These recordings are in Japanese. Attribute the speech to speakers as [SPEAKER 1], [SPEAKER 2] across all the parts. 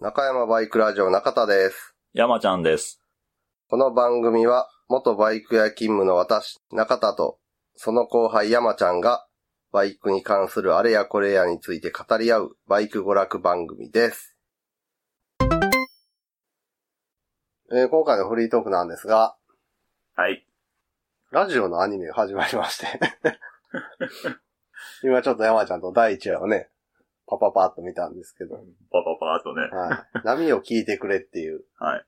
[SPEAKER 1] 中山バイクラジオ中田です。
[SPEAKER 2] 山ちゃんです。
[SPEAKER 1] この番組は、元バイク屋勤務の私、中田と、その後輩山ちゃんが、バイクに関するあれやこれやについて語り合う、バイク娯楽番組です。えー今回のフリートークなんですが、
[SPEAKER 2] はい。
[SPEAKER 1] ラジオのアニメが始まりまして。今ちょっと山ちゃんと第1話をね、パパパーっと見たんですけど、
[SPEAKER 2] パパパーっとね。
[SPEAKER 1] はい。波を聞いてくれっていう。
[SPEAKER 2] はい。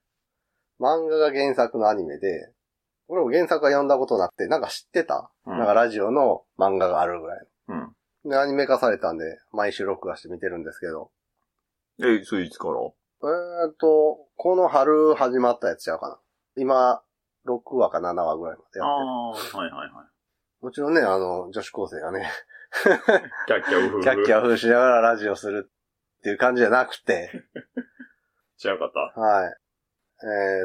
[SPEAKER 1] 漫画が原作のアニメで、俺も原作は読んだことなくて、なんか知ってた、
[SPEAKER 2] うん
[SPEAKER 1] なんかラジオの漫画があるぐらい。
[SPEAKER 2] うん。
[SPEAKER 1] で、アニメ化されたんで、毎週録画して見てるんですけど。
[SPEAKER 2] え、それいつから
[SPEAKER 1] えーっと、この春始まったやつちゃうかな。今、6話か7話ぐらいまでや
[SPEAKER 2] あ
[SPEAKER 1] ってる。
[SPEAKER 2] あ、はいはいは
[SPEAKER 1] もちろんね、あの、女子高生がね、
[SPEAKER 2] い。キャッキャウフフ。
[SPEAKER 1] キャッキャ風しながらラジオするっていう感じじゃなくて、
[SPEAKER 2] 違うかった。
[SPEAKER 1] はい。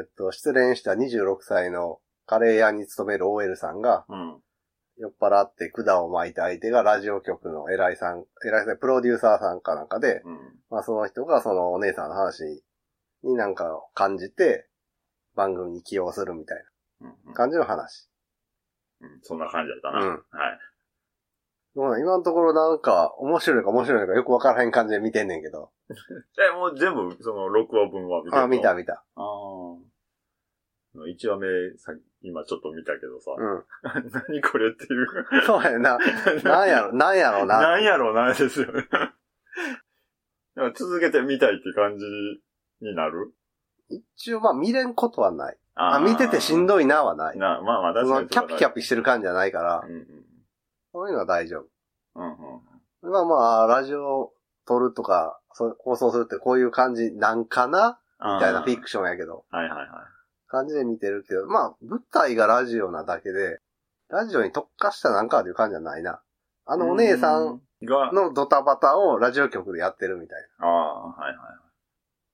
[SPEAKER 1] えーっと、失恋した26歳のカレー屋に勤める OL さんが、
[SPEAKER 2] うん。
[SPEAKER 1] 酔っ払って管を巻いた相手がラジオ局の偉いさん、偉いさん、プロデューサーさんかなんかで、
[SPEAKER 2] うん。
[SPEAKER 1] まあその人がそのお姉さんの話になんかを感じて、番組に起用するみたい
[SPEAKER 2] うん。
[SPEAKER 1] な感じの話。
[SPEAKER 2] うん。そんな感じだったな。
[SPEAKER 1] うん
[SPEAKER 2] はい。
[SPEAKER 1] どうなん今のところなんか面白いのか面白いのかよくわからへん感じで見てんねんけど。
[SPEAKER 2] え、もう全部、その、6話分は見てる
[SPEAKER 1] あ、見た
[SPEAKER 2] あ
[SPEAKER 1] 見た。
[SPEAKER 2] あー。1話目、さ今ちょっと見たけどさ。
[SPEAKER 1] うん。
[SPEAKER 2] 何これっていう。
[SPEAKER 1] そうやな。 なんやろ、なんやろな。
[SPEAKER 2] なんやろうな、ですよね。 でも続けてみたいって感じになる
[SPEAKER 1] 一応まあ見れんことはない。
[SPEAKER 2] あ
[SPEAKER 1] あ、見ててしん
[SPEAKER 2] ど
[SPEAKER 1] どいなはない。
[SPEAKER 2] な、まあまあ
[SPEAKER 1] そ
[SPEAKER 2] 確か
[SPEAKER 1] の
[SPEAKER 2] に
[SPEAKER 1] キャピキャピしてる感じじゃないから、
[SPEAKER 2] うんうん。
[SPEAKER 1] そういうのは大丈夫。
[SPEAKER 2] うんうん。
[SPEAKER 1] まあまあ、ラジオ撮るとか、そう放送するってこういう感じなんかなみたいなフィ
[SPEAKER 2] ク。
[SPEAKER 1] クションやけど、
[SPEAKER 2] はいはいはい。
[SPEAKER 1] 感じで見てるけど、まあ、舞台がラジオなだけで、ラジオに特化したなんかっていう感じじゃないな。あ
[SPEAKER 2] あ
[SPEAKER 1] のお姉さん
[SPEAKER 2] が、
[SPEAKER 1] のドタバタをラジオ局でやってるみたい
[SPEAKER 2] ああ、はいはい。